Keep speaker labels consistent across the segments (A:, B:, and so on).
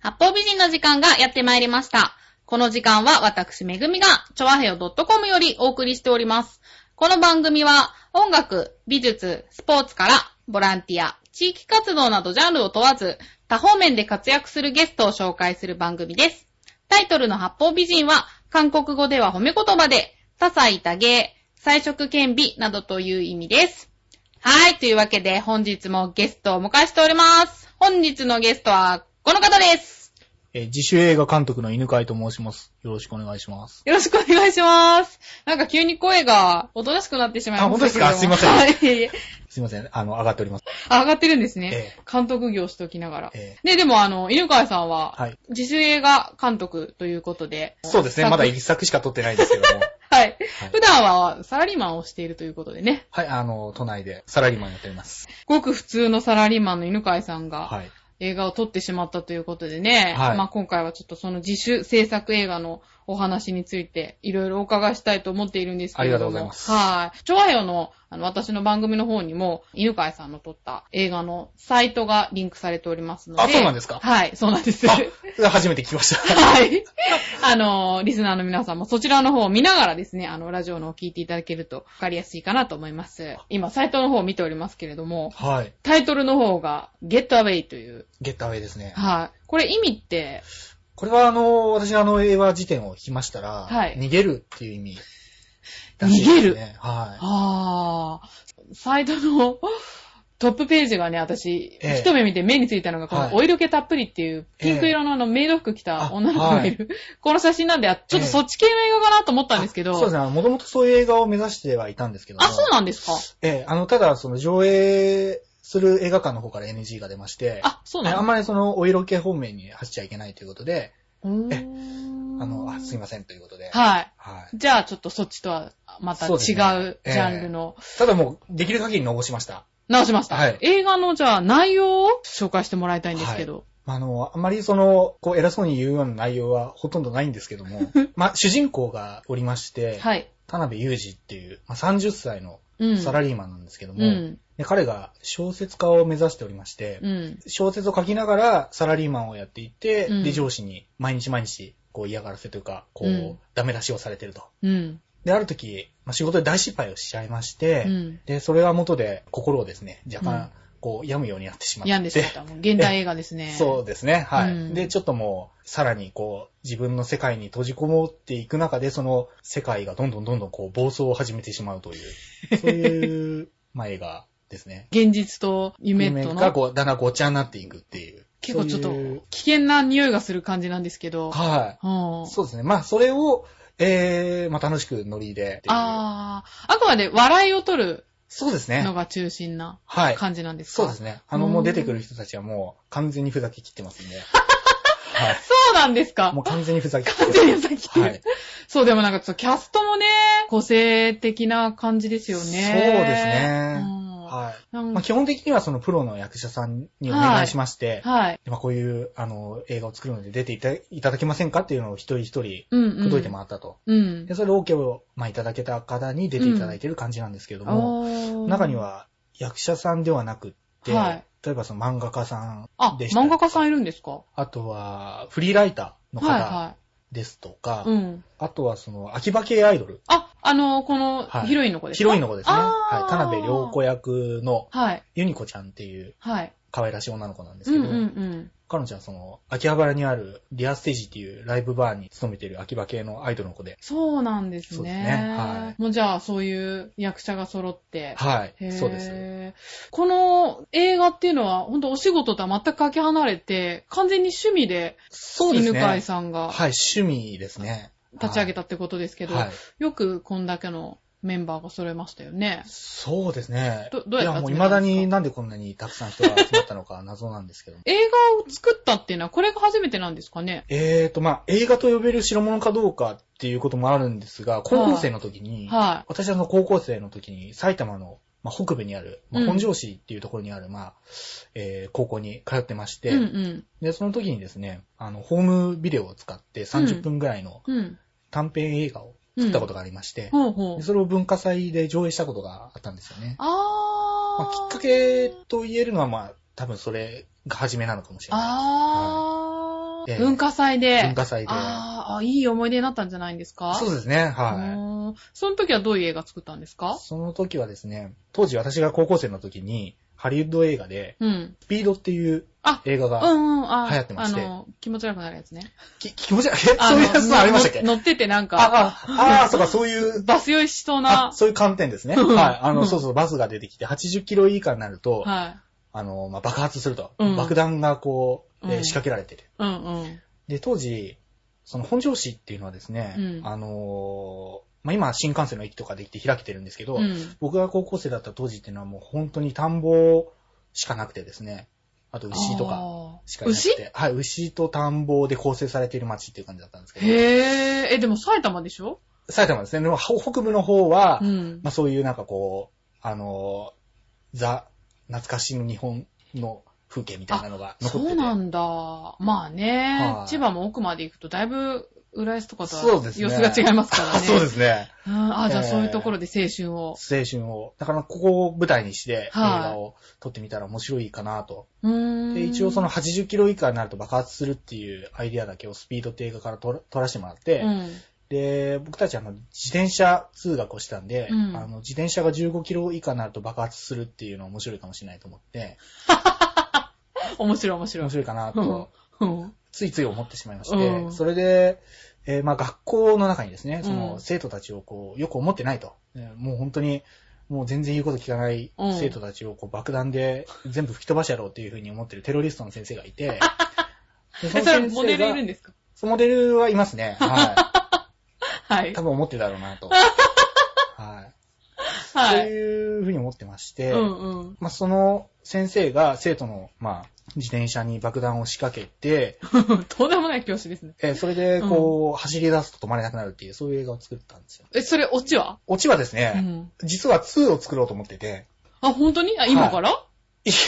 A: 八方美人の時間がやってまいりました。この時間は私、めぐみが、ちょわへよ .com よりお送りしております。この番組は、音楽、美術、スポーツから、ボランティア、地域活動などジャンルを問わず、多方面で活躍するゲストを紹介する番組です。タイトルの八方美人は、韓国語では褒め言葉で、多彩多芸、彩色兼美などという意味です。はい、というわけで本日もゲストをお迎えしております。本日のゲストは、この方です。
B: えー自主映画監督の犬飼と申します。よろしくお願いします。
A: よろしくお願いします。なんか急に声がおとなしくなってしまいました
B: あ本当ですか
A: けれども
B: すいません
A: はいいえいえ。
B: すいません。あの、上がっております。
A: あ、上がってるんですね。
B: え
A: 監督業しときながら。
B: え
A: ね、でもあの、犬飼さんは、
B: はい
A: 自主映画監督ということで。
B: そうですね。まだ一作しか撮ってないですけども。
A: はい。普段はサラリーマンをしているということでね。
B: はい、あの、都内でサラリーマンやっております。
A: ごく普通のサラリーマンの犬飼さんが
B: はい。
A: 映画を撮ってしまったということでね。
B: はい
A: まあ今回はちょっとその自主制作映画のお話についていろいろお伺いしたいと思っているんですけれども。
B: ありがとうございます
A: はい。調和よのあの私の番組の方にも犬飼さんの撮った映画のサイトがリンクされておりますので。
B: あそうなんですか
A: はい、そうなんです。
B: あ、初めて聞きまし た。
A: はい。あの、リスナーの皆さんもそちらの方を見ながらですね、あの、ラジオのを聞いていただけると分かりやすいかなと思います。今、サイトの方を見ておりますけれども、
B: はい。
A: タイトルの方が、Get Away という。
B: ゲットアウェイですね。
A: はい。これ意味って、
B: これはあの、私あの映画辞典を引きましたら、
A: はい
B: 逃げるっていう意味らしいですね。
A: 逃げ
B: は
A: ああ、サイトのトップページがね、私、
B: ええ
A: 一目見て目についたのが、こ
B: はい
A: のお色気たっぷりっていう、ピンク色のあの、メイド服着た女の子がいる、この写真なんで、あちょっとそっち系の映画かなと思ったんですけ
B: い。
A: ど、
B: そうですね。もともとそういう映画を目指してはいたんですけども。
A: あ、そうなんですか
B: ええ、あの、ただ、その上映する映画館の方から NG が出まして、
A: あ、そうなん
B: あ
A: で
B: ん
A: す
B: まりそのお色気方面に走っちゃいけないということで、
A: か
B: えあの、あすいませんということで。
A: はい。
B: はい。
A: じゃあ、ちょっとそっちとはまた違
B: そううです
A: ジ
B: ね
A: ャンルの、
B: ただもう、できる限り残しました。
A: 直しました、
B: はい
A: 映画のじゃあ内容を紹介してもらいたいんですけど。
B: あの、あまりその、こう、偉そうに言うような内容はほとんどないんですけど も、まあ、主人公がおりまして、
A: はい。
B: 田辺裕二っていう、まあ、30歳の
A: うん。
B: サラリーマンなんですけども、
A: うん。
B: で彼が小説家を目指しておりまして、
A: うん。
B: 小説を書きながらサラリーマンをやっていて、
A: うん
B: で、上司に毎日毎日、こう、嫌がらせというか、こう、
A: うん
B: ダメ出しをされてると。
A: うん。
B: で、ある時、まあ、仕事で大失敗をしちゃいまして、
A: うん。
B: で、それが元で心をですね、若
A: うん
B: 干、こう、病むようになってしまって。
A: 病んでしまった。もう現代映画ですね。
B: そうですね、はい。
A: うん
B: で、ちょっともう、さらにこう、自分の世界に閉じこもっていく中で、その世界がどんどんどんどんこう、暴走を始めてしまう という、そういう、まあ、映画ですね。
A: 現実と夢と
B: が
A: の、
B: こう、だんだんごちゃになっていくっていう。
A: 結構ちょっと
B: そういう
A: 危険な匂いがする感じなんですけど。
B: は
A: うん
B: い。。そうですね。まあ、それを、えー、まあ、楽しくノリでっていう。
A: ああ、あくまで笑いを取る
B: そうですね
A: の。が中心な
B: はい。
A: 感じなんですか、
B: そうですね。あの、もう出てくる人たちはもう、完全にふざけ切って ますんで。はい。
A: そうなんですか
B: もう完全にふざけ
A: 完全にさっき言ってる
B: はい。
A: そう、でもなんかちょっとキャストもね、個性的な感じですよね。
B: そうですね
A: うん
B: はい。
A: なん
B: ま
A: か
B: あ、基本的にはそのプロの役者さんにお願いしまして、
A: はい。
B: まあ、こういう、あの、映画を作るので出ていたいただけませんかっていうのを一人一人、
A: うん、うん。
B: 口説いて回ったと。
A: うん
B: で、。それを OK を、まあ、いただけた方に出ていただいている感じなんですけども、
A: おー
B: 中に、は役者さんではなくって、
A: はい
B: 例えばその漫画家さ
A: あ
B: ん、でしたり
A: 漫画家さんいるんですか
B: あとは、フリーライターの
A: はい
B: 方
A: は
B: ですとか、
A: い。うん。
B: あとはその、秋葉系アイドル、
A: あ、あの、この
B: は、い
A: ヒロインの子ですか
B: ヒロインの子ですね。
A: あー
B: はい。田辺良子役の
A: はい。
B: ユニコちゃんっていう
A: はい。
B: 可愛らしい女の子なんです
A: うん
B: け
A: う
B: ど、
A: んうん。
B: 彼女はその、秋葉原にあるリアステージっていうライブバーに勤めてる秋葉系のアイドルの子で、
A: そうなんですね。
B: そうですねは
A: もうじゃあ、そういう役者が揃って。
B: はい
A: へー。
B: そうです。。
A: この映画っていうのは、本当お仕事とは全くかけ離れて、完全に趣味で、
B: そうです
A: 犬飼
B: ね。
A: さんが
B: はい、趣味ですね。
A: 立ち上げ
B: た
A: たってことですけど、
B: はい。
A: よくこんだけのメンバーが揃えましたよね。
B: そうですね。
A: どどうやって
B: いや、もう
A: 集めたんですか
B: 未だになんでこんなにたくさん人が集まったのか謎なんですけど も。
A: 映画を作ったっていうのは、これが初めてなんですかね
B: えーと、まあ、映画と呼べる代物かどうかっていうこともあるんですが、高校生の時に、
A: は
B: 私はその高校生の時に埼玉の、まあ、北部にある、まあ
A: うん
B: 本庄市っていうところにある、まあ、えー高校に通ってまし
A: い。
B: て、
A: うんうん。
B: で、その時にですね、あの、ホームビデオを使って30分ぐらいの
A: うん。
B: 短編映画を作ったことがありまして、
A: ほうほう。
B: でそれを文化祭で上映したことがあったんですよね。
A: あー。
B: まあ、きっかけと言えるのは、まあ、多分それが初めなのかもしれないです。
A: あー。
B: ええ
A: 文化祭で。
B: 文化祭で
A: あーあ、いい思い出になったんじゃないんですか
B: そう
A: う
B: です
A: ー
B: ね、はい。
A: んその時はどういう映画作ったんですか
B: その時はですね、当時私が高校生の時に、ハリウッド映画で、
A: うん。
B: スピードっていう
A: あ、
B: 映画
A: う
B: が、
A: んうん、あー
B: 流行ってまして
A: あの、気持ち悪くなるやつね。
B: き、気持ち悪い、 そういうやつありましたっけ
A: の乗っててなんか、
B: あ、あ、ああ、そうか、そういう、
A: バス酔いしそう
B: あ
A: な、。
B: そういう観点ですね。
A: うん
B: はい。あ
A: う
B: の、
A: ん
B: そうそう、バスが出てきて、80キロ以下になると、
A: はい。
B: あの、まあ、爆発すると。
A: うん
B: 爆弾がこう、えー
A: うん
B: 仕掛けられてる。
A: うんうん。
B: で、当時、その本庄市っていうのはですね、
A: うん
B: あのーまあ、今新幹線の駅とかできて開けてるんですけど、
A: うん。
B: 僕が高校生だった当時っていうのはもう本当に田んぼしかなくてですね、あと牛とか
A: あ
B: し
A: ー。
B: かいなく
A: 牛へ
B: て、はい、牛と田んぼで構成されている町っていう感じだったんですけど、
A: え、え、でも埼玉でしょ
B: 埼玉ですね、でもほ北部の方は、
A: うん。
B: まあ、そういうなんかこう、あのーザ、懐かしの日本の風景みたいなのが残って
A: そう
B: て。
A: なんだ。まあね、
B: はい
A: 千葉も奥まで行くとだいぶ浦安とかと
B: そう
A: は
B: ですね
A: 様子が違いますからね。
B: あ そうですね。
A: うんあ、じゃあ
B: えー
A: そういうところで青春を。
B: 青春を、だからここを舞台にして映
A: はい
B: 画を撮ってみたら面白いかなと。
A: うーん。
B: で、一応その、80キロ以下になると爆発するっていうアイディアだけをスピードって映画から撮ら撮らせてもらって、
A: うん。
B: で、僕たちあの自転車通学をしたんで、
A: うん
B: あの自転車が15キロ以下になると爆発するっていうの面白いかもしれないと思って、
A: 面白い面白い
B: 面。白いかな
A: うん
B: と、
A: うん。
B: ついつい思ってしまいまして、
A: うん
B: それで、えーまあ学校の中にですね、そうの
A: ん
B: 生徒たちをこう、よく思ってないと。えーもう本当に、もう全然言うこと聞かない
A: うん
B: 生徒たちをこう爆弾で 全部吹き飛ばしてやろうっていうふうに思ってるテロリストの先生が いて、で
A: え、それモデルいるん
B: で
A: ですか
B: そのモデルはいますね。は。
A: はい い
B: 多。分思ってるだろうなと。はい。と
A: はい。
B: いうふうに思ってまして、
A: うんうん。
B: まあ、その先生が生徒の、まあ、自転車に爆弾を仕掛けて、
A: とんでもない教師ですね。
B: えーそれで、こう、走り出すと止まれなくなるっていう、そういう映画を作ったんですよ。
A: え、それオチは
B: オチはです
A: う
B: ね、
A: ん。
B: 実は2を作ろうと思ってて、
A: あ、本当にあ、今から、
B: い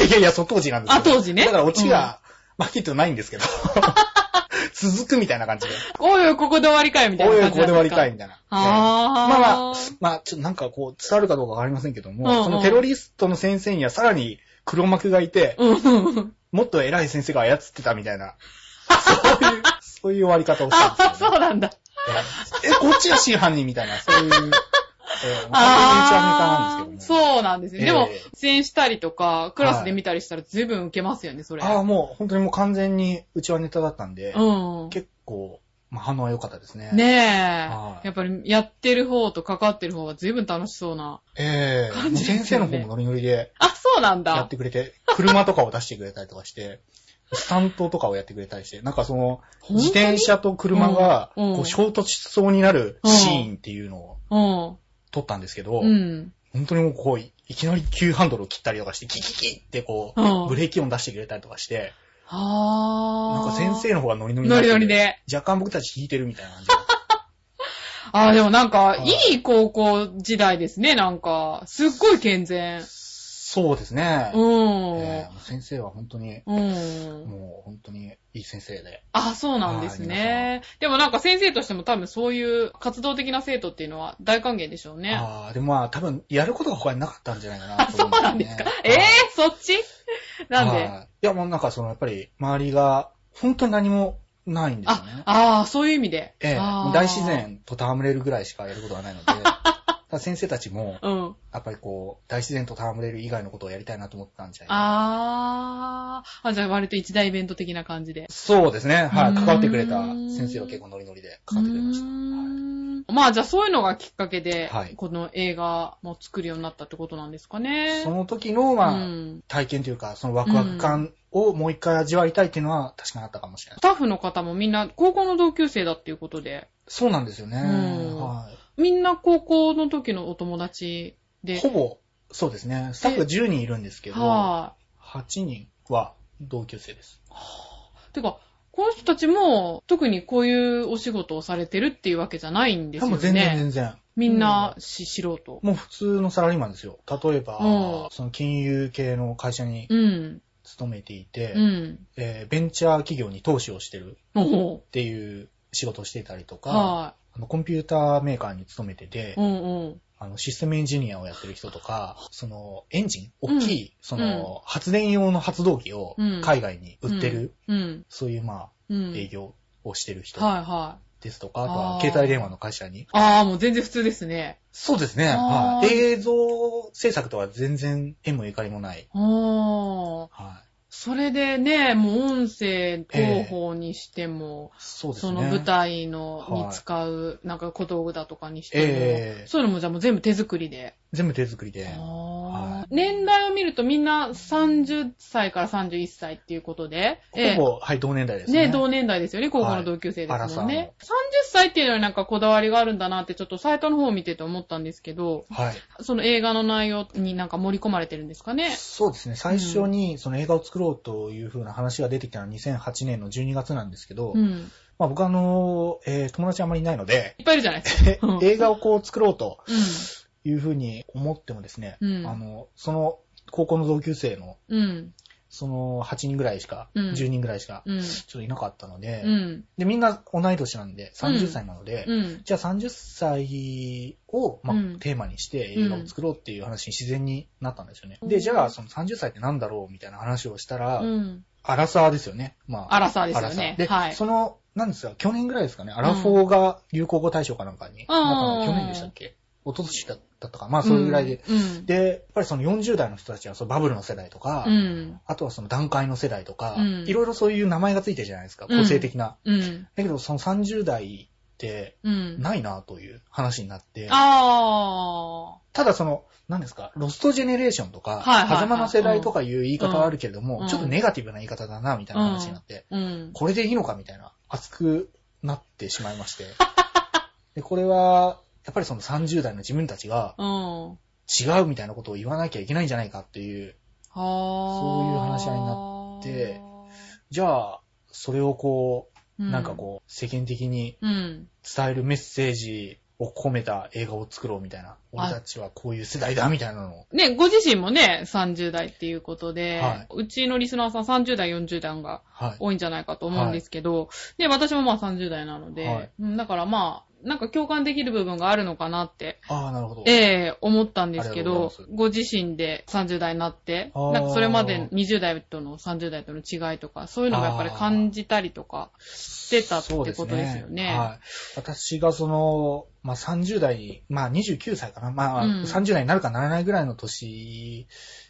B: やいやいや、その当時なんですよ。
A: あ当時ね
B: だからオチが、まあ、きっとないんです けど、続くみたいな感じで。
A: おいおい、ここで終わりかいみたい
B: お
A: ない
B: おい、
A: 感
B: こ
A: じ
B: こ
A: なんで
B: で終
A: すか。
B: わりかい、みたいな。えー
A: あー。
B: まあまあ、まあ、ちょっとなんかこう、伝わるかどうかわかりませんけども、
A: うんうん
B: そのテロリストの先生にはさらに黒幕がいて、
A: うんうんうん。
B: もっと偉い先生が操ってたみた いな、そういう、そういう終わり方をしたんですよ、
A: あ
B: ね、。
A: そうなんだ。
B: え、こっちが真犯人みたいな、そういう、
A: あ
B: えー、完全に一アメリカなんですけども。う。
A: そうなんですね。でも
B: ええ、
A: 出演したりとか、クラスで見たりしたら随分受けますよね、それ。
B: ああ、もう本当にもう完全にうちはネタだったんで、
A: うん。
B: 結構、まあ、反応は良かったですね。。
A: ね
B: はい
A: え。やっぱり、やってる方と関わってる方は随分楽しそうな。
B: ええ
A: 感じで
B: 先
A: す
B: 生
A: よね
B: の方もノリノリで
A: あ、そうなん
B: やっ
A: だ。
B: てくれて、車とかを出してくれたりとかして、スタントとかをやってくれたりして、なんかその、
A: 本当に
B: 自転車と車が、
A: うんうん
B: こう、衝突しそうになるシーンっていうのを
A: うん。
B: 撮ったんですけど、
A: うん。
B: 本当にもうこう、いきなり急ハンドルを切ったりとかして、キキキってこ
A: うん
B: う、ブレーキ音出してくれたりとかして、
A: あ
B: なん
A: ー。
B: か先生の方がノリノリにな
A: ノ
B: って
A: リノ
B: て
A: リ。で。
B: 若干僕たち弾いてるみたいな感じ。
A: あー、でもなんか、
B: い
A: いい高校時代ですね、なんか。すっごい健全。
B: そうですね。
A: うん。
B: えー先生は本当に、
A: うん。
B: もう本当にいい先生で。
A: あ、そうなんですね。でもなんか先生としても多分そういう活動的な生徒っていうのは大歓迎でしょうね。
B: ああ、でもまあ多分やることが他になかったんじゃないかな
A: あ、
B: と
A: そう
B: 思
A: なん
B: んで
A: ですす
B: よね、
A: か。ええー、そっちなんで
B: はいいやもうなんかそのやっぱり周りが本当に何もないんですよ
A: あ
B: ね、。
A: ああ、そういう意味で。
B: ええ
A: あー
B: 大自。然と戯れるぐらいしかやること がないので、だから先生たちも、
A: うん。
B: やっぱりこう、大自然と戯れる以外のことをやりたいなと思ったんじゃないかな。
A: あーあ、じゃあ割と一大イベント的な感じで。
B: そうですね。は
A: うー
B: い。
A: ん
B: 関わってくれた先生は結構ノリノリで関わってくれました。
A: う
B: はい
A: ーんまあじゃあそういうのがきっかけで、
B: はい
A: この映画も作るようになったってことなんですかね。
B: その時の、
A: う
B: まあ、
A: ん
B: 体験というか、そのワクワク感をもう一回味わいたいっていうのは確かにあったかもしれない
A: ス。タッフの方もみんな高校の同級生だっていうことで、
B: そうなんですよね。
A: うん
B: は
A: みんな高校の時のお友達
B: い。
A: で、
B: ほぼ、そうですね。スタッフが10人いるんですけど、8
A: は
B: 人は同級生です。
A: い、てか、この人たちも特にこういうお仕事をされてるっていうわけじゃないんです
B: 多
A: よ
B: 分
A: ね。
B: 全然全然。
A: みんなし素人。
B: もう普通のサラリーマンですよ。例えば、
A: うん
B: その金融系の会社に
A: うん。
B: 勤めていて、
A: うん。
B: えーベンチャー企業に投資をしてる
A: おほ
B: っていう仕事をしていたりとか、
A: は
B: あのコンピューターメーカーに勤めてて
A: い。う、んうん。
B: あの、システムエンジニアをやってる人とか、その、エンジン大きい、そ
A: うん
B: の、発電用の発動機を
A: うん
B: 海外に売ってる、
A: うん。
B: そういう、ま
A: う
B: あ、
A: ん。
B: 営業をしてる人
A: はいはい。
B: ですとか、あと
A: あ
B: は
A: ー
B: 携帯電話の会社に。
A: ああ、もう全然普通ですね。
B: そうですね。
A: あー
B: はい。映像制作とは全然縁もゆかりもない。
A: ああ。
B: はい。
A: それでね、もう音声広報にしても、
B: そうです
A: そ
B: ね。
A: の舞台の、
B: はい
A: に使う、なんか小道具だとかにしても、
B: ええ
A: そういうのもじゃあもう全部手作りで。
B: 全部手作りで。
A: あ
B: は
A: ー年代を見るとみんな30歳から31歳っていうことで、ええ
B: ほぼ、はい、同年代ですね。
A: ね、同年代ですよね、高校の同級生ですもんね。
B: はい
A: 30歳っていうのになんかこだわりがあるんだなってちょっとサイトの方を見てて思ったんですけど、
B: はい。
A: その映画の内容になんか盛り込まれてるんですかね。
B: そうですね。最初に、その映画を作ろうというふうな話が出てきたのは2008年の12月なんですけど、
A: うん。
B: まあ僕はあの、えー友達あまりいないので、
A: いっぱいいるじゃないですか。うん
B: 映画をこう作ろうというふうに思ってもですね、
A: うん
B: あの、その、高校の同級生の、
A: うん。
B: その、8人ぐらいしか、
A: うん
B: 10人ぐらいしか、
A: うん。
B: ちょっといなかったので、
A: うん。
B: で、みんな同い年なんで、
A: うん
B: 30歳なので、
A: うん。
B: じゃあ30歳を、まあ
A: うん
B: テーマにして映画を作ろうっていう話に自然になったんですよね。
A: うん
B: で、じゃあその30歳ってなんだろうみたいな話をしたら、
A: うん。
B: アラサーですよね。まあ、
A: アラサーですよ
B: アラサ
A: ね
B: ー。で、
A: はい。
B: その、なんですか、去年ぐらいですかね、アラフォーが流行語大賞かなんかに、
A: うん
B: なんか去年でしたっけ一昨年だったか、まあそれぐらいで。
A: うん。
B: で、やっぱりその40代の人たちはそのバブルの世代とか、
A: うん。
B: あとはその段階の世代とか、
A: うん
B: いろいろそういう名前がついてるじゃないですか、
A: うん
B: 個性的な。
A: うん。
B: だけどその30代って
A: うん。
B: ないなという話になって、
A: あ
B: ただその、何ですか、ロストジェネレーションと
A: は
B: か、
A: いはいはい
B: 狭間の世代とかいう言い方はあるけれども、
A: うん
B: ちょっとネガティブな言い方だな、みたいな話になって、
A: ー。うん。
B: これでいいのかみたいな、熱くなってしまいま して。で、これは、やっぱりその30代の自分たちが
A: うん。
B: 違うみたいなことを言わなきゃいけないんじゃないかっていう、
A: はあ。
B: そういう話し合いになって、じゃあ、それをこう、なんかこう、世間的に
A: うん。うん。
B: 伝えるメッセージを込めた映画を作ろうみたいな、俺たちはこういう世代だみたいなのを、
A: ね、ご自身もね、30代っていうことで、
B: は
A: うちのリスナーさん30代、40代が
B: はい。
A: 多いんじゃないかと思うんですけど、ね、私もまあ30代なので、
B: はい
A: うんだからまあ、なんか共感できる部分があるのかなって
B: ああ、なるほど。
A: ええ思ったんですけ
B: ありが
A: ど
B: とう
A: ご、自身で30代になって、
B: あー
A: なんかそれまで20代との30代との違いとか、そういうのがやっぱり感じたりとかしてたって
B: そ
A: こ
B: う
A: とですよね。
B: はい。私がその、まあ、30代、まあ、29歳かな。まあ、
A: うん
B: 30代になるかならないぐらいの年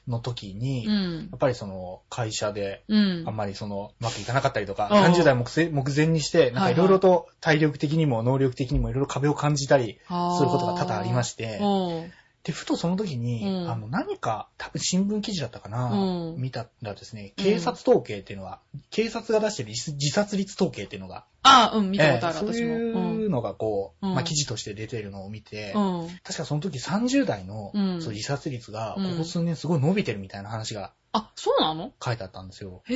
B: の時に、
A: う
B: や
A: ん。
B: っぱりその、会社で、
A: うん
B: あ。んまりその、うまくいかなかったりとか、
A: あー
B: 30代目前目前にして、な
A: は
B: んか
A: いはい
B: いろいろと体力的にも能力的にもいろいろ壁を感じたりす
A: そう
B: ることが多々ありまして、
A: うん。
B: で、ふとその時に、
A: うん
B: あの、何か、多分新聞記事だったかな、
A: うん
B: 見たらですね、
A: うん
B: 警察統計っていうのは、警察が出してる自自殺率統計っていうのが
A: あうん、見たことある、
B: ええ
A: 私も。
B: そういうのがこう、
A: うん
B: まあ、記事として出てるのを見て、
A: うん。うん。
B: 確かその時30代の、
A: うん
B: そう自殺率が、こ
A: うん
B: こ数年すごい伸びてるみたいな話が
A: あ、そうなの
B: 書いてあったんですよ。
A: へ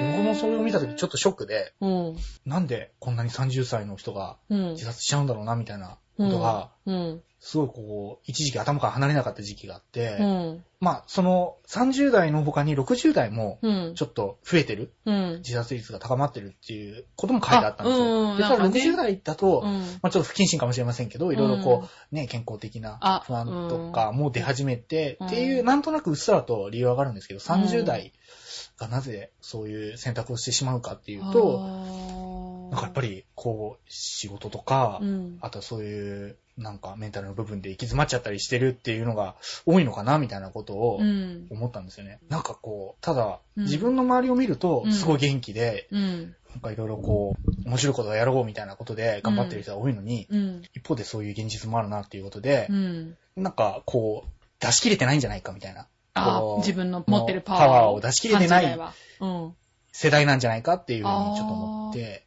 A: え。
B: 僕もそれを見た時ちょっ
A: っ
B: とショックで、
A: と。
B: なんでこんなに30歳の人が
A: うん。うん
B: 自。殺しちゃうんだろうな、みたいな
A: う
B: こ
A: ん
B: とが、
A: うん。
B: すごいこう、一時期頭から離れなかった時期があって、
A: うん。
B: まあ、その30代の他に60代も、
A: うん。
B: ちょっと増えてる、
A: うん。
B: 自殺率が高まってるっていうことも書いてあったんですよ。
A: あうん
B: で、ただ
A: なんかね
B: 60代だと、
A: うん。
B: まあ、ちょっと不謹慎かもしれませんけど、いろいろこう、ね、健康的
A: あ
B: な不安とかも出始めて、
A: うん
B: っていう、なんとなくうっすらと理由はわかるんですけど、30代がなぜそういう選択をしてしまうかっていうと、
A: と
B: なんかやっぱり、こう、仕事とか、
A: うん、
B: あとそういう、なんかメンタルの部分で行き詰まっちゃったりしてるっていうのが多いのかな、みたいなことを
A: うん。
B: 思ったんですよね。なんかこう、ただ、
A: うん
B: 自分の周りを見る
A: う
B: と、
A: ん
B: すごい元気で、
A: うん。
B: なんかいろいろこう、面白いことをやろうみたいなことで頑張ってる人が多いのに、
A: うん。
B: 一方でそういう現実もあるなっていうことで
A: う、ん。
B: なんかこう、出し切れてないんじゃないかみたいな。
A: あー
B: こう
A: 自分の持ってるパワー
B: パワーを出し切れてない
A: 30代はうん。
B: 世代なんじゃないかっていうふうにちょっと思って、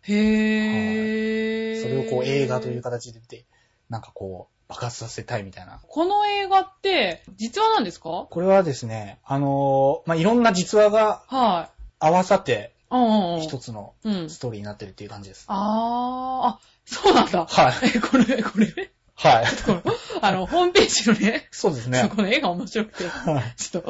A: へー。
B: それをこう映画という形で見て、なんかこう、爆発させたいみたいな。
A: この映画って、実話なんですか
B: これはですね、あのーまあ、いろんな実話が
A: は
B: 合わさって
A: い。うんうんうん。
B: 一つの
A: うん。
B: ストーリーになってるっていう感じです。
A: あー、あ、そうなんだ。
B: はい。
A: え、これ、これ。
B: はい。
A: あの、ホームページのね、
B: そうです
A: そ
B: ね。
A: この絵が面白くて、
B: はい。
A: ちょっ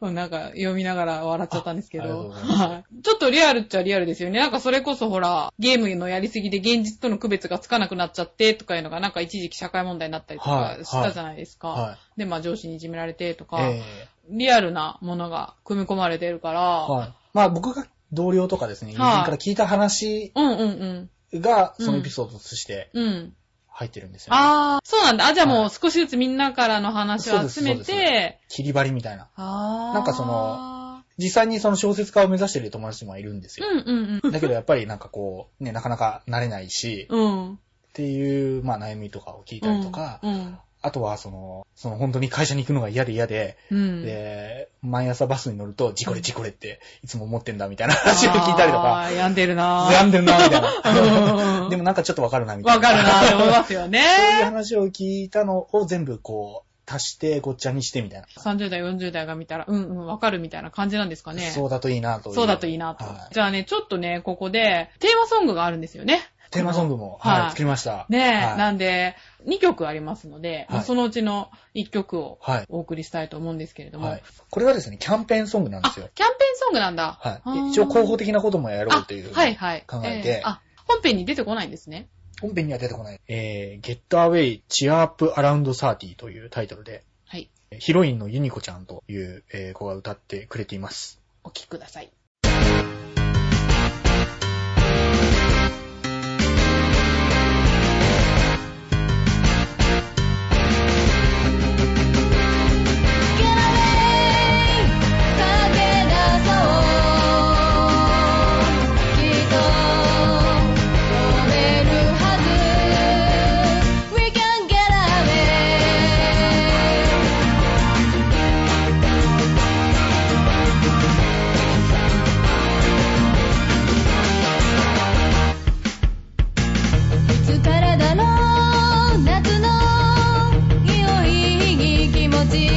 A: と、なんか読みながら笑っちゃったんですけ
B: あありがと
A: ど、
B: うございます
A: はい。ちょっとリアルっちゃリアルですよね。なんかそれこそほら、ゲームのやりすぎで現実との区別がつかなくなっちゃってとかいうのがなんか一時期社会問題になったりと
B: は
A: か
B: い
A: したじゃないですか。
B: は
A: で、まあ上司にいじめられてと
B: い。
A: か、
B: ええ
A: リアルなものが組み込まれてるから、
B: はい。まあ僕が同僚とかですね、友人
A: はい
B: から聞いた話
A: うんうんうん。
B: が、
A: うん
B: そのエピソードとして
A: うん。
B: 入ってるんですよね。
A: ああ、そうなんだ。あ、じゃあも
B: は
A: う少しずつみんなからの話
B: そう
A: を
B: です
A: 集め
B: そうで
A: て、
B: 切り張りみたいな。
A: ああ。
B: なんかその、実際にその小説家を目指してる友達もいるんです
A: う
B: よ。
A: んうん
B: だけどやっぱりなんかこう、ね、なかなか慣れないし、
A: うん。うん。
B: っていう、まあ悩みとかを聞いたりとか、
A: うん。
B: あとはその、その本当に会社に行くのが嫌で嫌で、
A: うん。
B: で、毎朝バスに乗ると、事故れ事故れって、いつも思ってんだみたいな 話を聞いたりとか、
A: あー。病んでるな
B: 病んでんな、みた
A: う
B: い
A: ん
B: な。 でもなんかちょっとわかるな、みたい
A: わ
B: な。
A: かるなって思いますよね。
B: そういう話を聞いたのを全部こう、足してごっちゃにしてみたいな。
A: 30代、40代が見たら、うんうん、わかるみたいな感じなんですかね。
B: そうだといいなという。
A: そうだといいなと。
B: は
A: じゃあね、ちょっとね、ここで、テーマソングがあるんですよね。
B: いテーマソングも、
A: はい
B: はい、作りました。
A: ねえ、
B: はい
A: なんで、2曲ありますので、
B: はい
A: そのうちの1曲を
B: はい。
A: お送りしたいと思うんですけれども。
B: はい。これはですね、キャンペーンソングなん
A: あ、
B: で
A: キ
B: す
A: ャン
B: よ
A: ペ。ーンソングなんだ。
B: は
A: あ
B: い。
A: ー
B: 一応広報的なこともやろうという。
A: あはいはい。
B: 考えて
A: ーあ、本編に出てこないんですね。
B: 本編には出てこない。えー、Get Away Cheer Up Around 30というタイトルで、
A: はい。
B: ヒロインのユニコちゃんという、えー子が歌ってくれています。
A: お聴きください。
C: 「駆け出そう」「きっと飛べるはず」「We can get away」いつからだろう夏の匂いに気持ち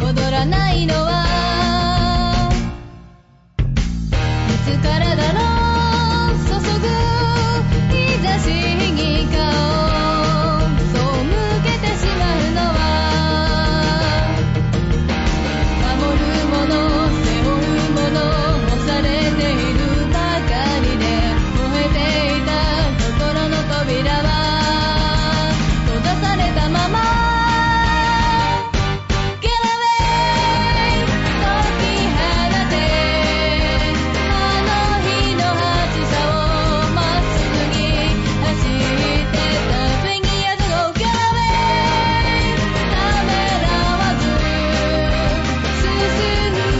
C: 踊らないのはいつからだろう注ぐ日差しに顔をそう向けてしまうのは守るもの背負うもの押されているばかりで燃えていた心の扉は閉ざされたまま Get away 解き放てあの日の発車をまっすぐに走ってた b i n g as go get away ためらわず進んでゆこう自分の力信じて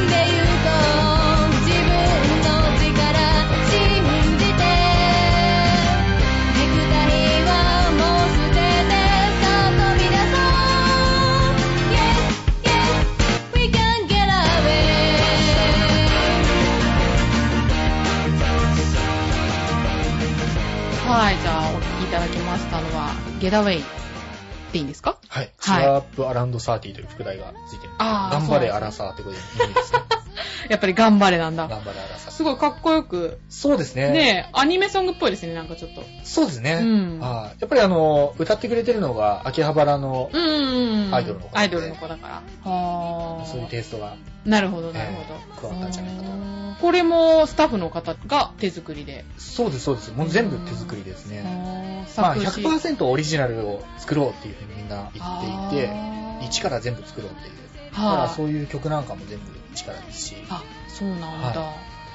C: ネクタイはもう捨ててさあ飛び出そう Yes, yes, we can get away
A: はい、じゃあお聴きいただきましたのは、ゲダウェイっていいんですか
B: はい。
A: はい
B: Cheer Up Around 30という副題がついてるんです。
A: あー
B: 頑張れ
A: そうなん
B: ア
A: で
B: ラサーってことでいいです ね。
A: やっぱり頑張れなんだ。
B: 頑張れアラサー。
A: すごいかっこよく、
B: そうですね。
A: ねえ、アニメソングっぽいですね、なんかちょっと。
B: そうですね。
A: うん
B: はいやっぱりあの、歌ってくれてるのが秋葉原の、
A: うんうんうん。
B: アイドルの子なんで
A: アイドルの子だから。はあ。
B: そういうテイストが、
A: なるほど、なるほど。
B: えー加わったんじゃないかと
A: うんこれもスタッフの方が手作りで。
B: そうです、そうです。もう全部手作りですね。
A: あー
B: まあ
A: 作詞
B: 100%オリジナルを作ろうっていうふうにみんな言っていて、
A: あー
B: 一から全部作ろうっていう。だから
A: は
B: そ
A: い。
B: ういう曲なんかも全部一からですし。
A: あ、そうなんだ。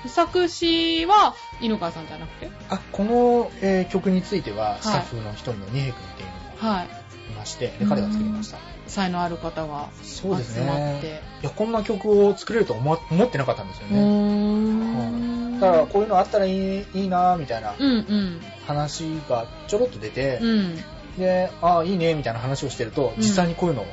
A: 作詞は、犬川さんじゃなくて
B: あ、この、えー曲については、
A: い
B: スタッフの一人のニヘ君っていうのが
A: はい。
B: いまして、で彼が作りました。
A: 才能ある方が集
B: そう
A: まっ
B: ですね。
A: て。
B: いや、こんな曲を作れると思わ思ってなかったんですよ
A: うー
B: ね。
A: ん。
B: だからこういうのあったらいいいいなぁみたいな
A: うんうん。
B: 話がちょろっと出て、
A: うん。
B: で、ああ、いいねみたいな話をしてると、
A: うん
B: 実際にこういうのを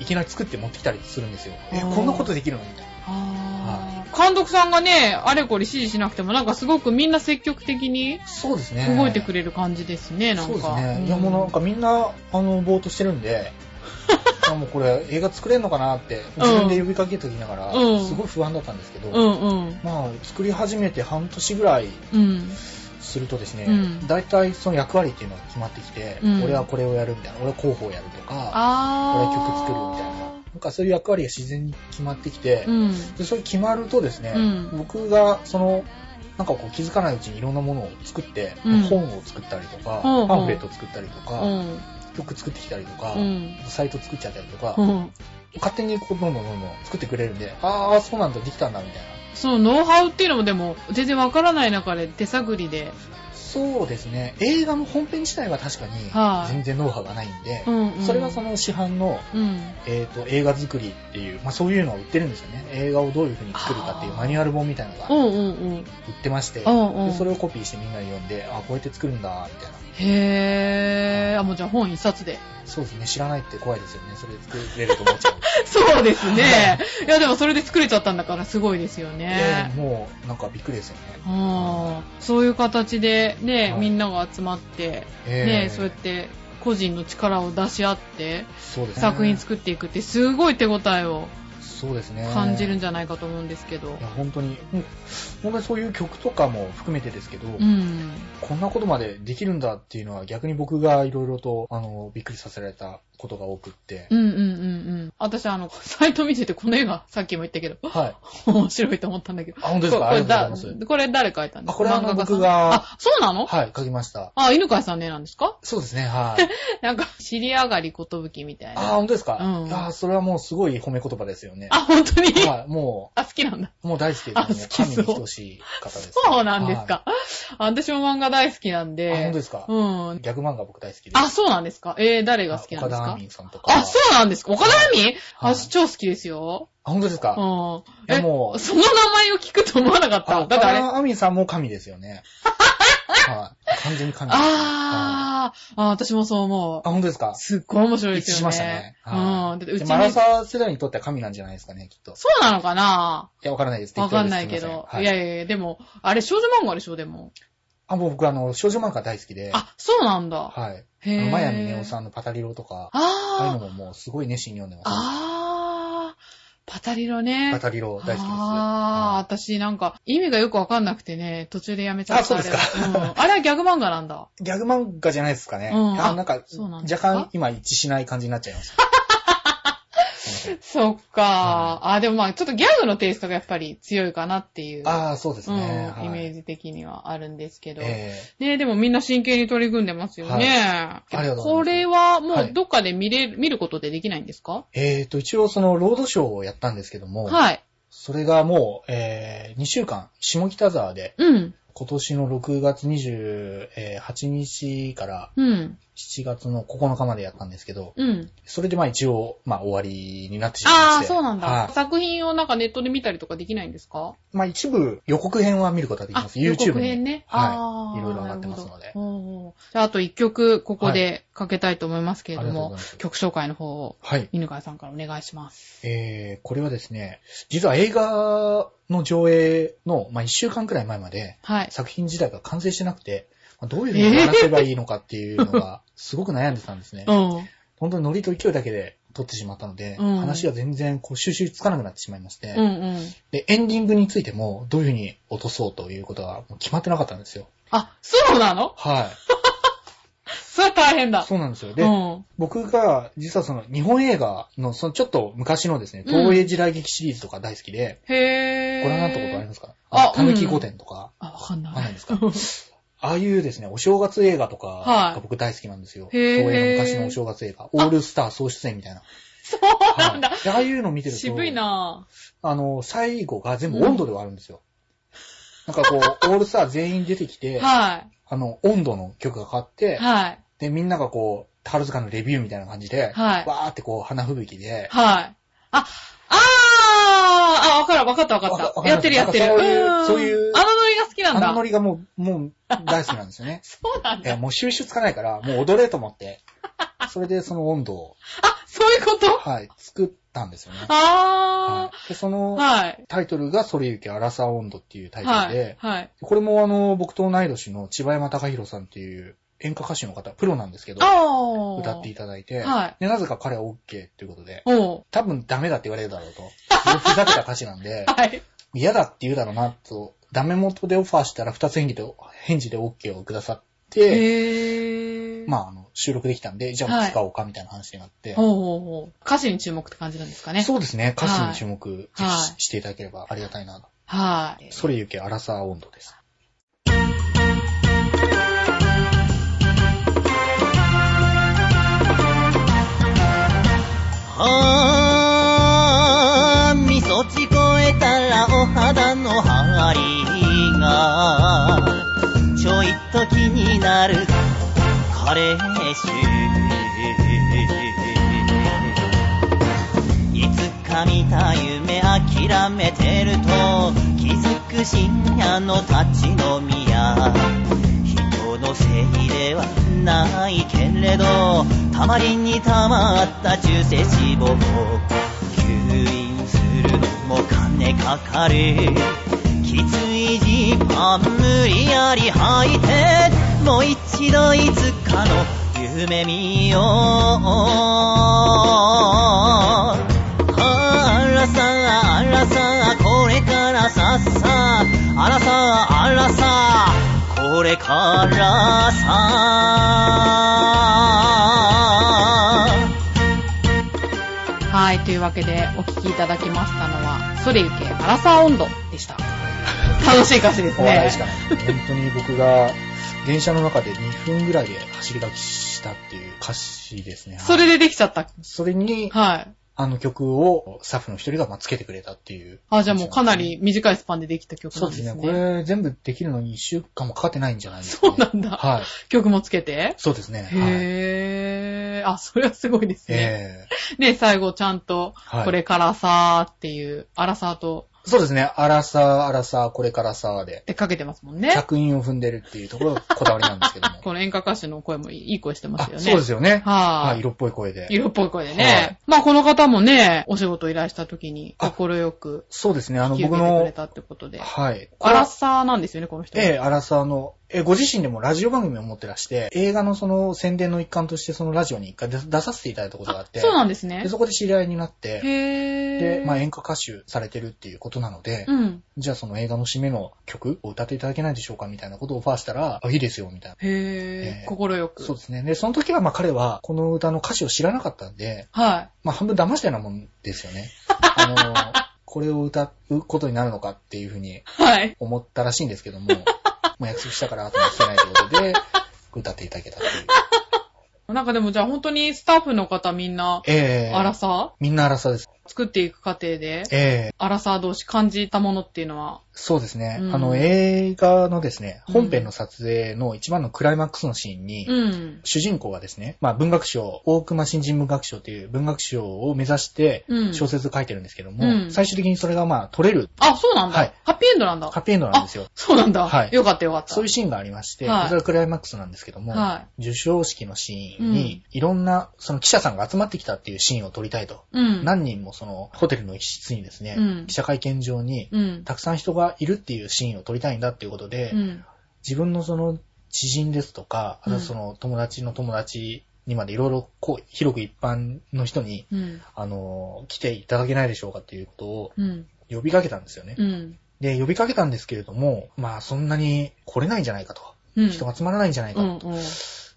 B: いきなり作って持ってきたりするんですよ。
A: あ
B: え、
A: ー
B: こんなことできるのみたいな。
A: あー監督さんがね、あれこれ指示しなくても、なんかすごくみんな積極的に
B: そうですね。
A: 動いてく
B: れ
A: れる感じですね、なんか。
B: そうですね。いや、
A: ん
B: もうなんかみんな、あの、ぼーっとしてる んで、あもうこれ映画作れるのかなって、
A: うん
B: 自分で呼びかけときながら、
A: うん
B: すごい不安だったんですけど、
A: うんうん。
B: まあ、作り始めて半年ぐらい
A: うん。
B: するとですね、
A: うん
B: 大体その役割っていうのが決まってきて、
A: うん
B: 俺はこれをやるみたいな、俺は広報をやるとか、俺は曲
A: あ
B: 作るみたいな、なんかそういう役割が自然に決まってきて、
A: うん。
B: でそれ決まるとですね、
A: うん
B: 僕がその、なんかこう気づかないうちにいろんなものを作って、
A: うん
B: 本を作ったりとか、
A: うんうん
B: パンフレット作ったりとか、
A: うん。
B: 曲作ってきたりとか、
A: うん。
B: サイト作っちゃったりとか、
A: うん。
B: 勝手にこうどんどんどんどん作ってくれるんで、ああ、そうなんだ、できたんだ、みたいな。
A: そのノウハウっていうのもでも、全然わからない中で手探りで。
B: そうですね。映画の本編自体は確かに
A: はい
B: 全然ノウハウがないんで、
A: うん、うん。
B: それはその市販の、
A: うん。
B: えー、と映画作りっていう、まあ、そういうのを売ってるんですよね。映画をどういう風に作るかっていう
A: あー
B: マニュアル本みたいなのが
A: う
B: 売
A: んうんうん。
B: ってまして、
A: うんうん
B: でそれをコピーしてみんなで読んで、あこうやって作るんだ、みたいな。
A: へー。あ、もうじゃあ本一冊で。
B: そうですね。知らないって怖いですよね。それ作れると思っちゃう。
A: そうですね。いや、でもそれで作れちゃったんだからすごいですよ
B: で
A: ね。
B: もう、なんかびっくりですよね。
A: あーそういう形でね、
B: はい
A: みんなが集まって、
B: えー
A: ね、そうやって個人の力を出し合って
B: そうですね。
A: 作品作っていくってすごい手応えを
B: そうですね。
A: 感じるんじゃないかと思うんですけど
B: いや。本当に、うん本当にそういう曲とかも含めてですけど、
A: うん。
B: こんなことまでできるんだっていうのは逆に僕がいろいろと、あの、びっくりさせられたことが多くって
A: う、んうんうんうん。私あの、サイト見ててこの絵がさっきも言ったけど、
B: はい。
A: 面白いと思ったんだけど。
B: あ、本当ですか
A: こ
B: あり
A: れ
B: がと
A: だ
B: うございます。
A: これ誰描いたんですか
B: あこれはあの
A: 漫画家さん
B: 僕が
A: あ、そうなの
B: はい、書きました。
A: あ、犬飼さんねなんですか
B: そうですね、はい。
A: なんか、尻上がりことぶきみたい
B: あ、
A: な。
B: 本当ですか、
A: うん
B: あ、それはもうすごい褒め言葉ですよね。
A: あ、本当に
B: はい、も
A: あ、好きなんだ。
B: う、もう大好きです、
A: あ好
B: もう
A: き
B: 神
A: そう
B: に等しい方です、
A: そうなんです
B: は
A: か。あ私も漫画大好きなん
B: い。
A: で。
B: あ、本当ですか、
A: うん。
B: 逆漫画僕大好きです。
A: あ、そうなんですかえー、誰が好きなん
B: 岡
A: です
B: 田ア
A: か
B: ミンさんとか。
A: あ、そうなんですか岡田亜美
B: はい
A: あ、超好きですよ。
B: あ、本当です
A: う
B: か、
A: ん。
B: いや
A: え、
B: もう
A: その名前を聞くと思わなかった。
B: あ、
A: だってあれ。
B: アミンさんも神です よね。はい。完全に神です、ね。はい
A: あーあ、私もそう思う。
B: あ、本当ですか
A: すっごい面白いで
B: 一致
A: す
B: し
A: よ
B: ましたね
A: ね。。
B: は
A: う
B: い
A: ん。だってうち
B: で
A: に。
B: もアラサー世代にとっては神なんじゃないですかね、きっと。い
A: そうなのかな
B: や、わからないです。
A: わかんない
B: 適
A: け
B: 当です
A: ど。
B: すません
A: い
B: は
A: や
B: い、
A: いやいや、でも、あれ少女漫画でしょ、でも。
B: あ、もう僕、あの、少女漫画大好きで。
A: あ、そうなんだ。
B: はい。あ
A: へ
B: の、
A: ぇ
B: マヤミネオさんのパタリロとか、ああいう
A: あ
B: のももうすごい熱心に読んで
A: あ、
B: ま
A: ああ、パタリロ
B: す。
A: ね。
B: パタリロ大好きです。
A: ああ、
B: は
A: 私なんか、意味がよくわかんなくてね、途中でやめちゃった。
B: あそうですか
A: あれ,、うん、あれはギャグ漫画なん だ。
B: いギャグ漫画じゃないですかね。
A: うん
B: あ、
A: あ
B: なんか、
A: そうなんで
B: 若
A: すか
B: 干今一致しない感じになっちゃいました。すいま
A: そっか。あ、でもまあ、ちょっとギャグのテイストがやっぱり強いかなっていう。
B: せんああ、そうですね。
A: うん、イメー
B: ジ。
A: ジ的にはあるんですけど。
B: え
A: ねでもみんな真剣に取り組んでますよね。
B: はいありがとうございます
A: これはも
B: は
A: う
B: い
A: どっかで見れる、見ることでできないんですか
B: ーえーと、一応その、ロードショーをやったんですけども、
A: はい。
B: それがもう、え2週間、下北沢で、
A: うん。
B: 今年の6月28日から
A: うん。
B: 7月の9日までやったんですけど、
A: うん。
B: それでまあ一応、まあ終わりになってしまいま
A: あ
B: し
A: あ、
B: て。
A: そうなんだ、
B: はい
A: 作品をなんかネットで見たりとかできないんですか
B: まあ一部予告編は見ることができます。
A: あ予
B: YouTube
A: 告
B: に。
A: 編ね。あ
B: は
A: ー
B: い。いろいろ上がってますので。
A: おうおうじゃあ、あと一曲、ここでかけたいと思いますけれども、
B: はいありがとうございます
A: 曲紹介の方を、
B: はい。
A: 犬飼さんからお願いします。
B: えー、これはですね、実は映画の上映の、まあ一週間くらい前まで、
A: はい。
B: 作品自体が完成してなくて、まあどういうふうに話せばいいのかっていうのが、すごく悩んでたんですね。
A: うん。
B: 本当にノリと勢いだけで撮ってしまったので、
A: うん
B: 話が全然こう収集つかなくなってしまいまして、
A: うんうん。
B: で、エンディングについてもどういうふうに落とそうということがもう決まってなかったんですよ。
A: あ、そうなの
B: は
A: それは大変
B: い。
A: だ。
B: そうなんですよ。
A: う
B: で、
A: ん。
B: 僕が実はその日本映画のそのちょっと昔のですね、東映時代劇シリーズとか大好きで、
A: へー。
B: ご覧になったことありますか
A: あ
B: たぬき
A: うん
B: 御殿とか、
A: あ、わかん
B: わか
A: な
B: んない
A: い。
B: ですかああいうですね、お正月映画とか
A: はい
B: が僕大好きなんですよ。
A: へー
B: 東映の昔のお正月映画、オールスター総出演みたいな。
A: そうなんだ
B: は。いでああいうの見てると、
A: 渋いなぁ。
B: あの、最後が全部温度ではあるんですよ。なんかこう、オールスター全員出てきて、
A: は
B: あの、温度の曲が変わっ
A: い。
B: て、
A: はい。
B: で、みんながこう、宝塚のレビューみたいな感じで、
A: はい
B: わーってこう、花吹雪で、
A: はい。あ、あーあ、わかる、わかった、わか
B: わ
A: っ
B: わ
A: た。
B: かり
A: や
B: ま
A: っ
B: す
A: てる、やってる。
B: なんかそういうんそういう
A: あのノリが好きな
B: あ
A: ん
B: のノ
A: だ。。
B: リがもう、もう、大好きなんですよね
A: そうなん
B: え、
A: だ。
B: もう収集つかないから、もう踊れと 思って、それでその温度を、
A: あ、そういうこと
B: はい、作ったんですよね。
A: あ
B: はいで、そ
A: ー。
B: の、
A: はい。
B: タイトルが、それゆきアラサー温度っていうタイト
A: は
B: ル
A: い
B: で。、
A: はい。
B: これもあの、僕と同い年の千葉山隆弘さんっていう演歌歌手の方、プロなんですけど、
A: あー。
B: 歌っていただいて、
A: はい
B: で、なぜか彼は OK っていうことで、
A: おう。
B: 多分ダメだって言われるだろうと。ふざけた歌詞なんで、
A: はい。
B: 嫌だって言うだろうなとダメ元でオファーしたら二つ返事で、返事で OK をくださって、
A: へー。
B: まあ、あの、収録できたんで、じゃあ使おうかみたいな話になって、
A: ほうほうほう。歌詞に注目って感じなんですかね。
B: そうですね、歌詞に注目し,、
A: はい
B: ていただければありがたいな。
A: はい。
B: それゆけ、アラサー温度です。
D: あー、みそちこえたらお肌の張りが、ちょいと気になる彼氏。いつか見た夢諦めてると気づく深夜の立ち飲み屋人のせいではないけれどたまりにたまった中性脂肪を吸引するのも金かかるきついジーパン無理やり履いてもう一度いつかの夢見ようあらさあらさこれからさっさあらさあらさこれからさ
A: はい。というわけで、お聞きいただきましたのは、それゆけ、アラサー温度でした。楽しい歌詞です
B: お
A: ね。
B: 笑いしかない。本当に僕が、電車の中で2分ぐらいで走り書きしたっていう歌詞ですね。
A: それでできちゃった。
B: それに、
A: はい。
B: あの曲をスタッフの一人がまあつけてくれたっていう。
A: あ、じゃあもうかなり短いスパンでできた曲
B: そ
A: な
B: うんで
A: です
B: す
A: ね。
B: ね。これ全部できるのに1週間もかかってないんじゃないですか、ね。
A: そうなんだ
B: はい。
A: 曲もつけて。
B: そうですね。はい。
A: へー。あ、それはすごいですね。
B: ええ
A: ね、最後ちゃんと、
B: はい
A: これからさーっていう、アラサーと、
B: そうですね。あらさ、あらさ、これからさで
A: っ、てかけてますもんね。。
B: 着音を踏んでるっていうところがこだわりなんですけども
A: この演歌歌手の声もいい声してま
B: あ、
A: すよね。
B: そうですよね。
A: はい
B: はい。色っぽい声で。
A: 色っぽい声で
B: は
A: ね
B: い。
A: まあこの方もね、お仕事依頼した時に、快
B: あ
A: く
B: そうですね。あ
A: 引
B: の、
A: き受
B: 僕
A: けてくれ
B: の、
A: たってことで。
B: はい。
A: アラサーなんですよね、この人。
B: ええ、アラサーの、え、ご自身でもラジオ番組を持ってらして、映画のその宣伝の一環としてそのラジオに一回出出させていただいたことがあ
A: あ
B: っ、て、
A: そうなんですね
B: で、。そこで知り合いになっ
A: へ
B: て、で
A: ー。、
B: まあ演歌歌手されてるっていうことなので、
A: うん。
B: じゃあその映画の締めの曲を歌っていただけないでしょうかみたいなことをオファーしたら、あ、いいですよ、みたい
A: へ
B: な。え
A: ー。
B: え
A: 心よく。
B: そうですね。で、その時はまあ彼はこの歌の歌詞を知らなかったんで、
A: はい。
B: まあ半分騙したようなもんです よね。あの、これを歌うことになるのかっていうふうに
A: はい。
B: 思ったらしいんですけ ども、まあ約束したから後に聞けないということで、歌っていただけたっ ていう。
A: なんかでもじゃあ本当にスタッフの方みんな、
B: ええ
A: アラサ
B: みんな荒さです。
A: ー作っていく過程で、
B: ええ
A: アラサー同士感じたものっていうのは、
B: そうですね、
A: うん
B: あの、映画のですね、
A: うん
B: 本編の撮影の一番のクライマックスのシーンに、
A: うん。
B: 主人公がですね、まあ文学賞、大熊新人文学賞という文学賞を目指して
A: うん
B: 小説を書いてるんですけども、
A: うん
B: 最終的にそれがまあ取れる、
A: あ、そうなんだ。
B: はい
A: ハッピーエンドなんだ。
B: ハッピーエンドなんですよ。
A: そうなんだ。
B: はい
A: よかったよかった。
B: そういうシーンがありまして、
A: はい
B: それがクライマックスなんですけども、
A: は
B: 受賞式のシーンに、いろんな、その記者さんが集まってきたっていうシーンを撮りたいと。
A: うん。
B: 何人もそのホテルの一室にですね、
A: うん
B: 記者会見場に、
A: うん。
B: たくさん人がいるっていうシーンを撮りたいんだっていうことで、
A: うん。
B: 自分のその知人ですとか、あと
A: うん
B: その友達の友達にまでいろいろこう、広く一般の人に、
A: うん。
B: あの、来ていただけないでしょうかっていうことを
A: うん。
B: 呼びかけたんですよね。
A: うん。
B: で、呼びかけたんですけれども、まあそんなに来れないんじゃないかと。
A: うん。
B: 人が集まらないんじゃないか
A: うん。
B: と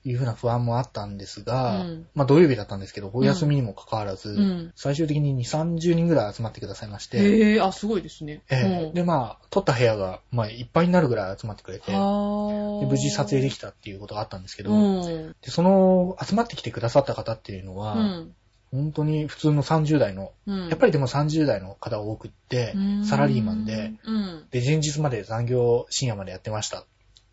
B: いうふうな不安もあったんですが、
A: うん
B: まあ土曜日だったんですけど、お休みにもかかわらず、
A: うんうん。
B: 最終的に2、30人ぐらい集まってくださいまして、
A: へー、あ、すごいですね。
B: ええ
A: うん
B: で、まあ、撮った部屋が、まあ、いっぱいになるぐらい集まってくれて、で
A: はー
B: 無事撮影できたっていうことがあったんですけど、
A: うん。
B: でその、集まってきてくださった方っていうの
A: う
B: は、
A: ん。
B: 本当に普通の30代の、
A: うん。
B: やっぱ
A: り、
B: りでも30代の方が多くって、サラリーマンで、。
A: うん。
B: で、前日まで残業深夜までやってました。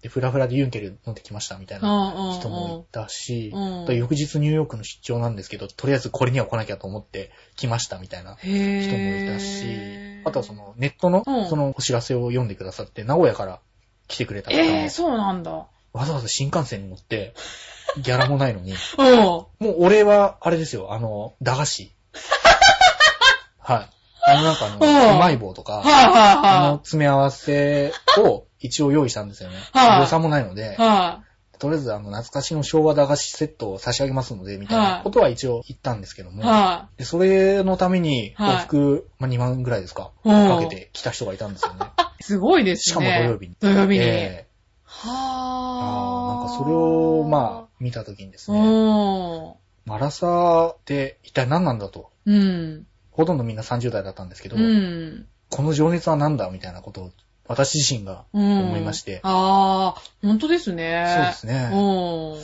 B: で、フラフラでユンケル飲んできましたみたいな人もいたし、
A: うんうんうん
B: あと翌日ニューヨークの出張なんですけど、とりあえずこれには来なきゃと思って来ましたみたいな
A: 人も
B: 人もいたし、あとはそのネットの
A: うん
B: そのお知らせを読んでくださって、名古屋から来てくれた方も、
A: えー、そうなんだ。
B: わざわざ新幹線に乗って、ギャラもないのに、
A: うん。
B: もう俺は、あれですよ、あの、駄菓 子。はい。あのなんかあ
A: うん
B: の、うまい棒と
A: はい
B: か、あの
A: は
B: 詰め合わせを一応用意したんですよね。
A: はい
B: 予算もないの
A: い
B: で、
A: は
B: とりあえずあの、懐かしの昭和駄菓子セットを差し上げますので、みたい
A: は
B: ないことは一応言ったんですけど
A: い。
B: も、
A: は
B: で、それのために、
A: はい
B: 往復、まあ、2万ぐらいですか、
A: うん
B: かけてきた人がいたんですよね。
A: すごいですね。
B: しかも土曜日に。
A: 土曜日に。
B: ええ
A: は
B: あ
A: あ。
B: あなんかそれを、まあ、見たときにですね、
A: おー
B: マラサーって一体何なんだと。
A: うん。
B: ほとんどみんな30代だったんですけど、
A: うん。
B: この情熱は何だみたいなことを、私自身が
A: うん。
B: 思いまして。
A: ああ、本当ですね。
B: そうですね。
A: ね。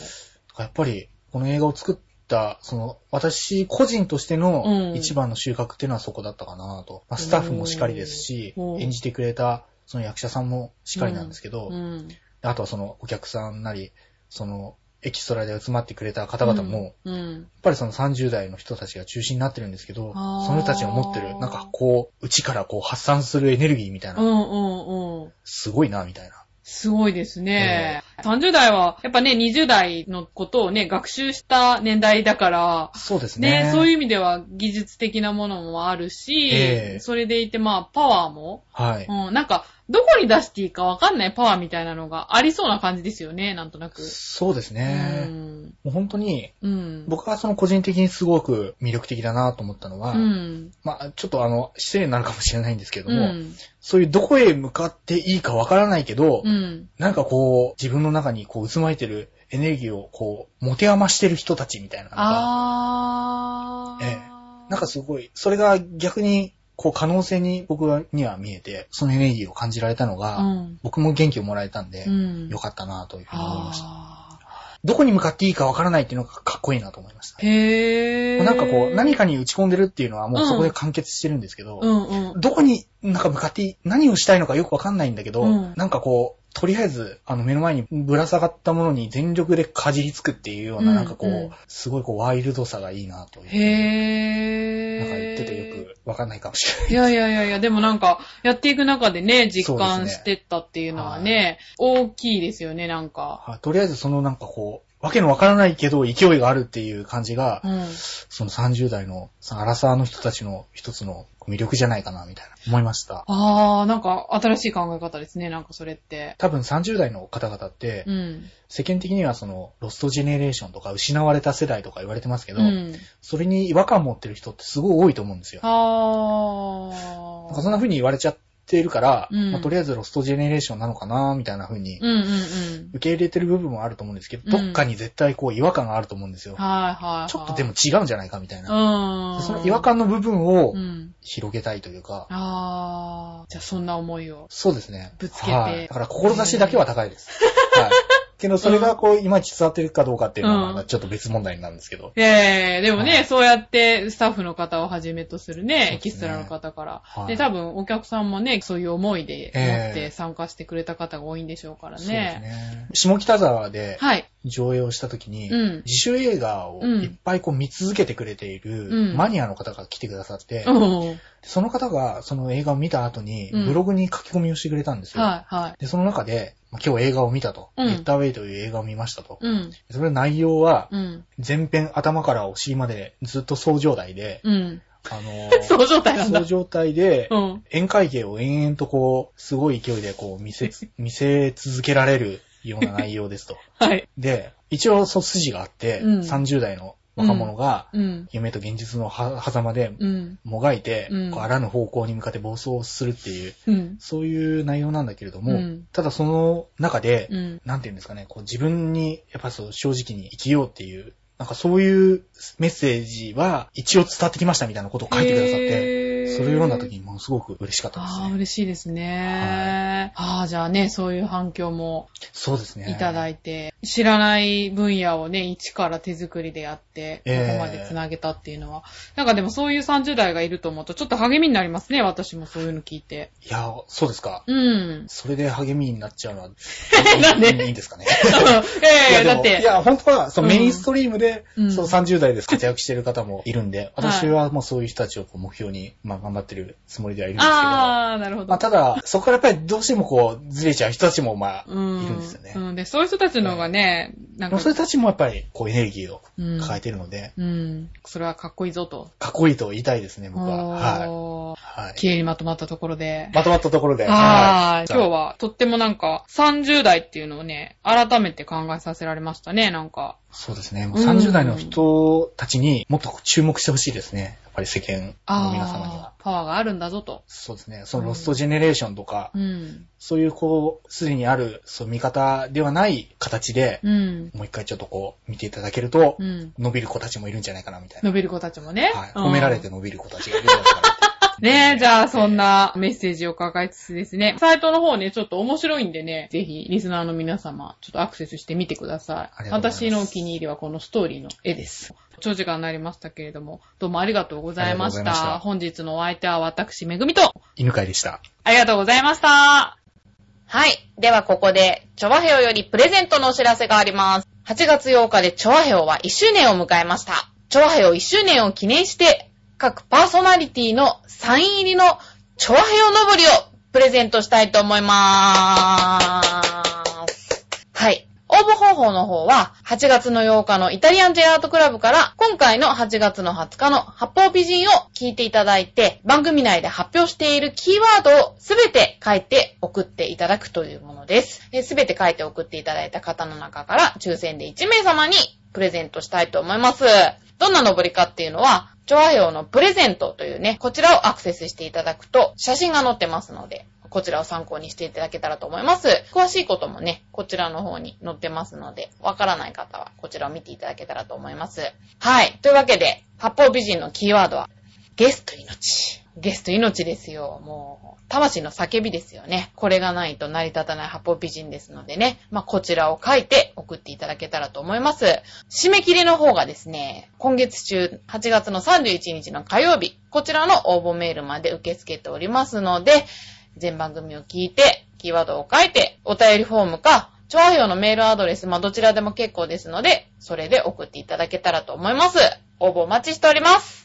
B: やっぱり、この映画を作った、その、私個人として
A: う
B: の
A: ん
B: 一番の収穫っていうのはそこだったかなと。まあ、スタッフもしっかりですし、
A: うん
B: 演じてくれた、その役者さんもしっかりなんですけど、
A: うん。
B: あとはそのお客さんなり、その、エキストラで集まってくれた方々も、
A: う
B: やっ
A: ん。
B: ぱりその30代の人たちが中心になってるんですけど、
A: あー
B: その人たちが持ってる、なんかこう、内からこう発散するエネルギーみたい
A: うん。う
B: な、
A: ん。うん。
B: すごいな、みたいな。
A: すごいですね。30代は、やっぱね、20代のことをね、学習した年代だから、
B: そうですね。
A: ね、そういう
B: う。
A: 意味では技術的なものもあるし、
B: ええ
A: それでいてまあパワーも、
B: はい。
A: うん、なんかどこに出していいかわかんないパワーみたいなのがありそうな感じですよね、なんとなく。
B: そうです
A: う
B: ね。
A: ん。
B: もう本当に、
A: うん。
B: 僕はその個人的にすごく魅力的だなと思ったのは、
A: うん。
B: まあちょっとあの、失礼になるかもしれないんですけど
A: う
B: も、
A: ん。
B: そういうどこへ向かっていいかわからないけど、
A: うん。
B: なんかこう、自分の中にこう渦巻いてるエネルギーをこう、持て余してる人たちみたいなのが、
A: あー。
B: ええなんかすごい、それが逆に、こう可能性に僕には見えて、そのエネルギーを感じられたのが、
A: うん。
B: 僕も元気をもらえたんで、
A: うん。
B: よかったなというふうに思いました。
A: あ
B: どこに向かっていいかわからないっていうのがかっこいいなと思いました。
A: ーへー。
B: なんかこう、何
A: か、
B: かに打ち込んでるっていうのはもうそこ
A: う
B: で
A: ん
B: 完結してるんですけど、
A: うんうん。
B: どこになんか向かっていい何をしたいのかよくわかんないんだけど、
A: うん
B: なんかこう、とりあえず、あの目の前にぶら下がったものに全力でかじりつくっていうような、
A: うん
B: なんかこう、
A: うん
B: すごいこう、ワイルドさがいいなという。
A: へー。
B: なんか言っててよくわかんないかもしれない。
A: いやいやいやいや、でもなんか、やっていく中でね、実
B: そう
A: 感
B: ですね
A: してったっていうのはね、大きいですよね、なんか。
B: あとりあえずそのなんかこう、わけのわからないけど勢いがあるっていう感じが、
A: うん。
B: その30代の、そのアラサーの人たちの一つの魅力じゃないかな、みたいな思いました。
A: あー、なんか、新しい考え方ですね、なんかそれって。
B: 多分30代の方々って、
A: うん。
B: 世間的にはその、ロストジェネレーションとか失われた世代とか言われてますけど、
A: うん。
B: それに違和感持ってる人ってすごい多いと思うんですよ。
A: あー。
B: なんかそんな風に言われちゃってるから、
A: うん
B: まあ、とりあえずロストジェネレーションなのかな、みたいな風に
A: うんうんうん。
B: 受け入れてる部分もあると思うんですけど、
A: うん
B: どっかに絶対こう違和感があると思うんですよ。
A: はいはいはい。
B: ちょっとでも
A: う
B: 違うんじゃないかみたいな。
A: ん。
B: その違和感の部分を
A: うん。
B: 広げたいというか、
A: あー。じゃあそんな思いを。
B: そうですね。
A: ぶつけて
B: はい。だから志だけは高いです。はい。けどそれがこう、いまいち伝わってるかどうかっていうのはまだちょっと別問題になるんですけど。
A: ええでもね、
B: はい
A: そうやってスタッフの方をはじめとするね、エ
B: そうですね
A: キストラの方から。
B: はい
A: で、多分お客さんもね、そういう思いで持って参加してくれた方が多いんでしょうから
B: そうです
A: ね。
B: ね。下北沢で
A: はい。
B: 上映をした時に、
A: うん
B: 自主映画を
A: うん
B: いっぱいこう見続けてくれている
A: うん
B: マニアの方が来てくださって、
A: うん。
B: その方がその映画を見た後に
A: うん
B: ブログに書き込みをしてくれたんですよ。
A: はい、はい。
B: で、その中で、まあ今日映画を見たと。
A: うん
B: ゲッターウェイという映画を見ましたと。
A: うん。
B: それの内容は、
A: うん。
B: 前編頭からお尻までずっとそう状態で、
A: うん。
B: あの
A: そう状態なんだ
B: そう。状態で
A: う、ん。
B: 宴会芸を延々とこう、すごい勢いでこう 見せ、見せ続けられるような内容ですと。
A: はい。
B: で、一応そう筋があって、
A: うん
B: 30代の若者が、
A: うん。
B: 夢と現実のは狭間で、
A: うん。
B: もがいて、
A: うん
B: こうあらぬ方向に向かって暴走するっていう、
A: うん。
B: そういう内容なんだけれども、
A: うん
B: ただその中で、
A: うん。
B: なんていうんですかね、こう自分に、やっぱそう正直に生きようっていう、なんかそういうメッセージは一応伝わってきましたみたいなことを書いてくださって、
A: へー
B: それを読んだ時にものすごく嬉しかったで
A: あ
B: す
A: あ、
B: ね。
A: 嬉しいですね。ああ、じゃあね、そういう反響も
B: そうですね。
A: いただ
B: い
A: いて、知らない分野をね、一から手作りでやって、こ
B: ええ
A: こまで繋げたっていうのは、なんかでもそういう30代がいると思うと、ちょっと励みになりますね、私もそういうの聞いて。
B: いや、そうですか。
A: うん。
B: それで励みになっちゃうのは、
A: なんで
B: いいんですかね。
A: ええ
B: いやで
A: だっ
B: もい
A: て、
B: や、本当は、その
A: うん
B: メインストリームで、
A: うん
B: その30代で活躍してる方もいるんで、
A: はい
B: 私はもうそういう人たちをこう目標に、まあ、頑張ってるつもりではいるんですけど、
A: ああ、なるほど。
B: まあ、ただ、そこからやっぱりどうしてもこう、ずれちゃう人たちも、まあ、い
A: うん。
B: るんですよね。
A: うん。で、そういう人たちの方がね、なん
B: で
A: か
B: も、それたちもやっぱり、こう、エネルギーを
A: うん
B: 抱えてるので、
A: うん。それはかっこいいぞと。
B: かっこいいと言いたいですね、僕は。はい。
A: おー
B: はい。
A: 綺麗にまとまったところで。
B: まとまったところで。
A: はい。
B: い
A: 今日はとってもなんか30代っていうのをね、改めて考えさせられましたね、なんか。
B: そうですね。
A: うん
B: 30代の人たちにもっと注目してほしいですね。やっぱり世間の皆様には。
A: あーパワーがあるんだぞと。
B: そうですね。そのロストジェネレーションとか、
A: うん。
B: そういうこう、すでにある、そう、見方ではない形で、
A: うん。
B: もう一回ちょっとこう、見ていただけると、
A: うん。
B: 伸びる子たちもいるんじゃないかな、みたいな。
A: 伸びる子たちもね。
B: はい。
A: うん
B: 褒められて伸びる子たちがいるんじゃないかなって。
A: ねえ、じゃあそんなメッセージを抱えつつですね、サイトの方ね、ちょっと面白いんでね、ぜひリスナーの皆様、ちょっとアクセスしてみてくださ
B: あ
A: い。
B: りがとうござ
A: 私
B: います
A: のお気に入りはこのストーリーの絵です。長時間になりましたけれども、どうもありがとうございまし
B: あ
A: た。
B: りがとうございました
A: 本日のお相手は私、めぐみと、
B: 犬飼いでした。
A: ありがとうございました。はい。ではここで、チョワヘオよりプレゼントのお知らせがあります。8月8日でチョワヘオは1周年を迎えました。チョワヘオ1周年を記念して、各パーソナリティのサイン入りのチョワヘオのぼりをプレゼントしたいと思います。はい。応募方法の方は、8月の8日のイタリアンジェラートクラブから、今回の8月の20日の発泡美人を聞いていただいて、番組内で発表しているキーワードをすべて書いて送っていただくというものです。すべて書いて送っていただいた方の中から、抽選で1名様にプレゼントしたいと思います。どんな登りかっていうのは、チョアヘオのプレゼントというね、こちらをアクセスしていただくと、写真が載ってますので、こちらを参考にしていただけたらと思います。詳しいこともね、こちらの方に載ってますので、わからない方はこちらを見ていただけたらと思います。はい。というわけで、八方美人のキーワードは、ゲスト命。ゲスト命ですよ。もう、魂の叫びですよね。これがないと成り立たない八方美人ですのでね。まあ、こちらを書いて送っていただけたらと思います。締め切りの方がですね、今月中、8月の31日の火曜日、こちらの応募メールまで受け付けておりますので、全番組を聞いて、キーワードを書いて、お便りフォームか、調和用のメールアドレス、まあ、どちらでも結構ですので、それで送っていただけたらと思います。応募お待ちしております。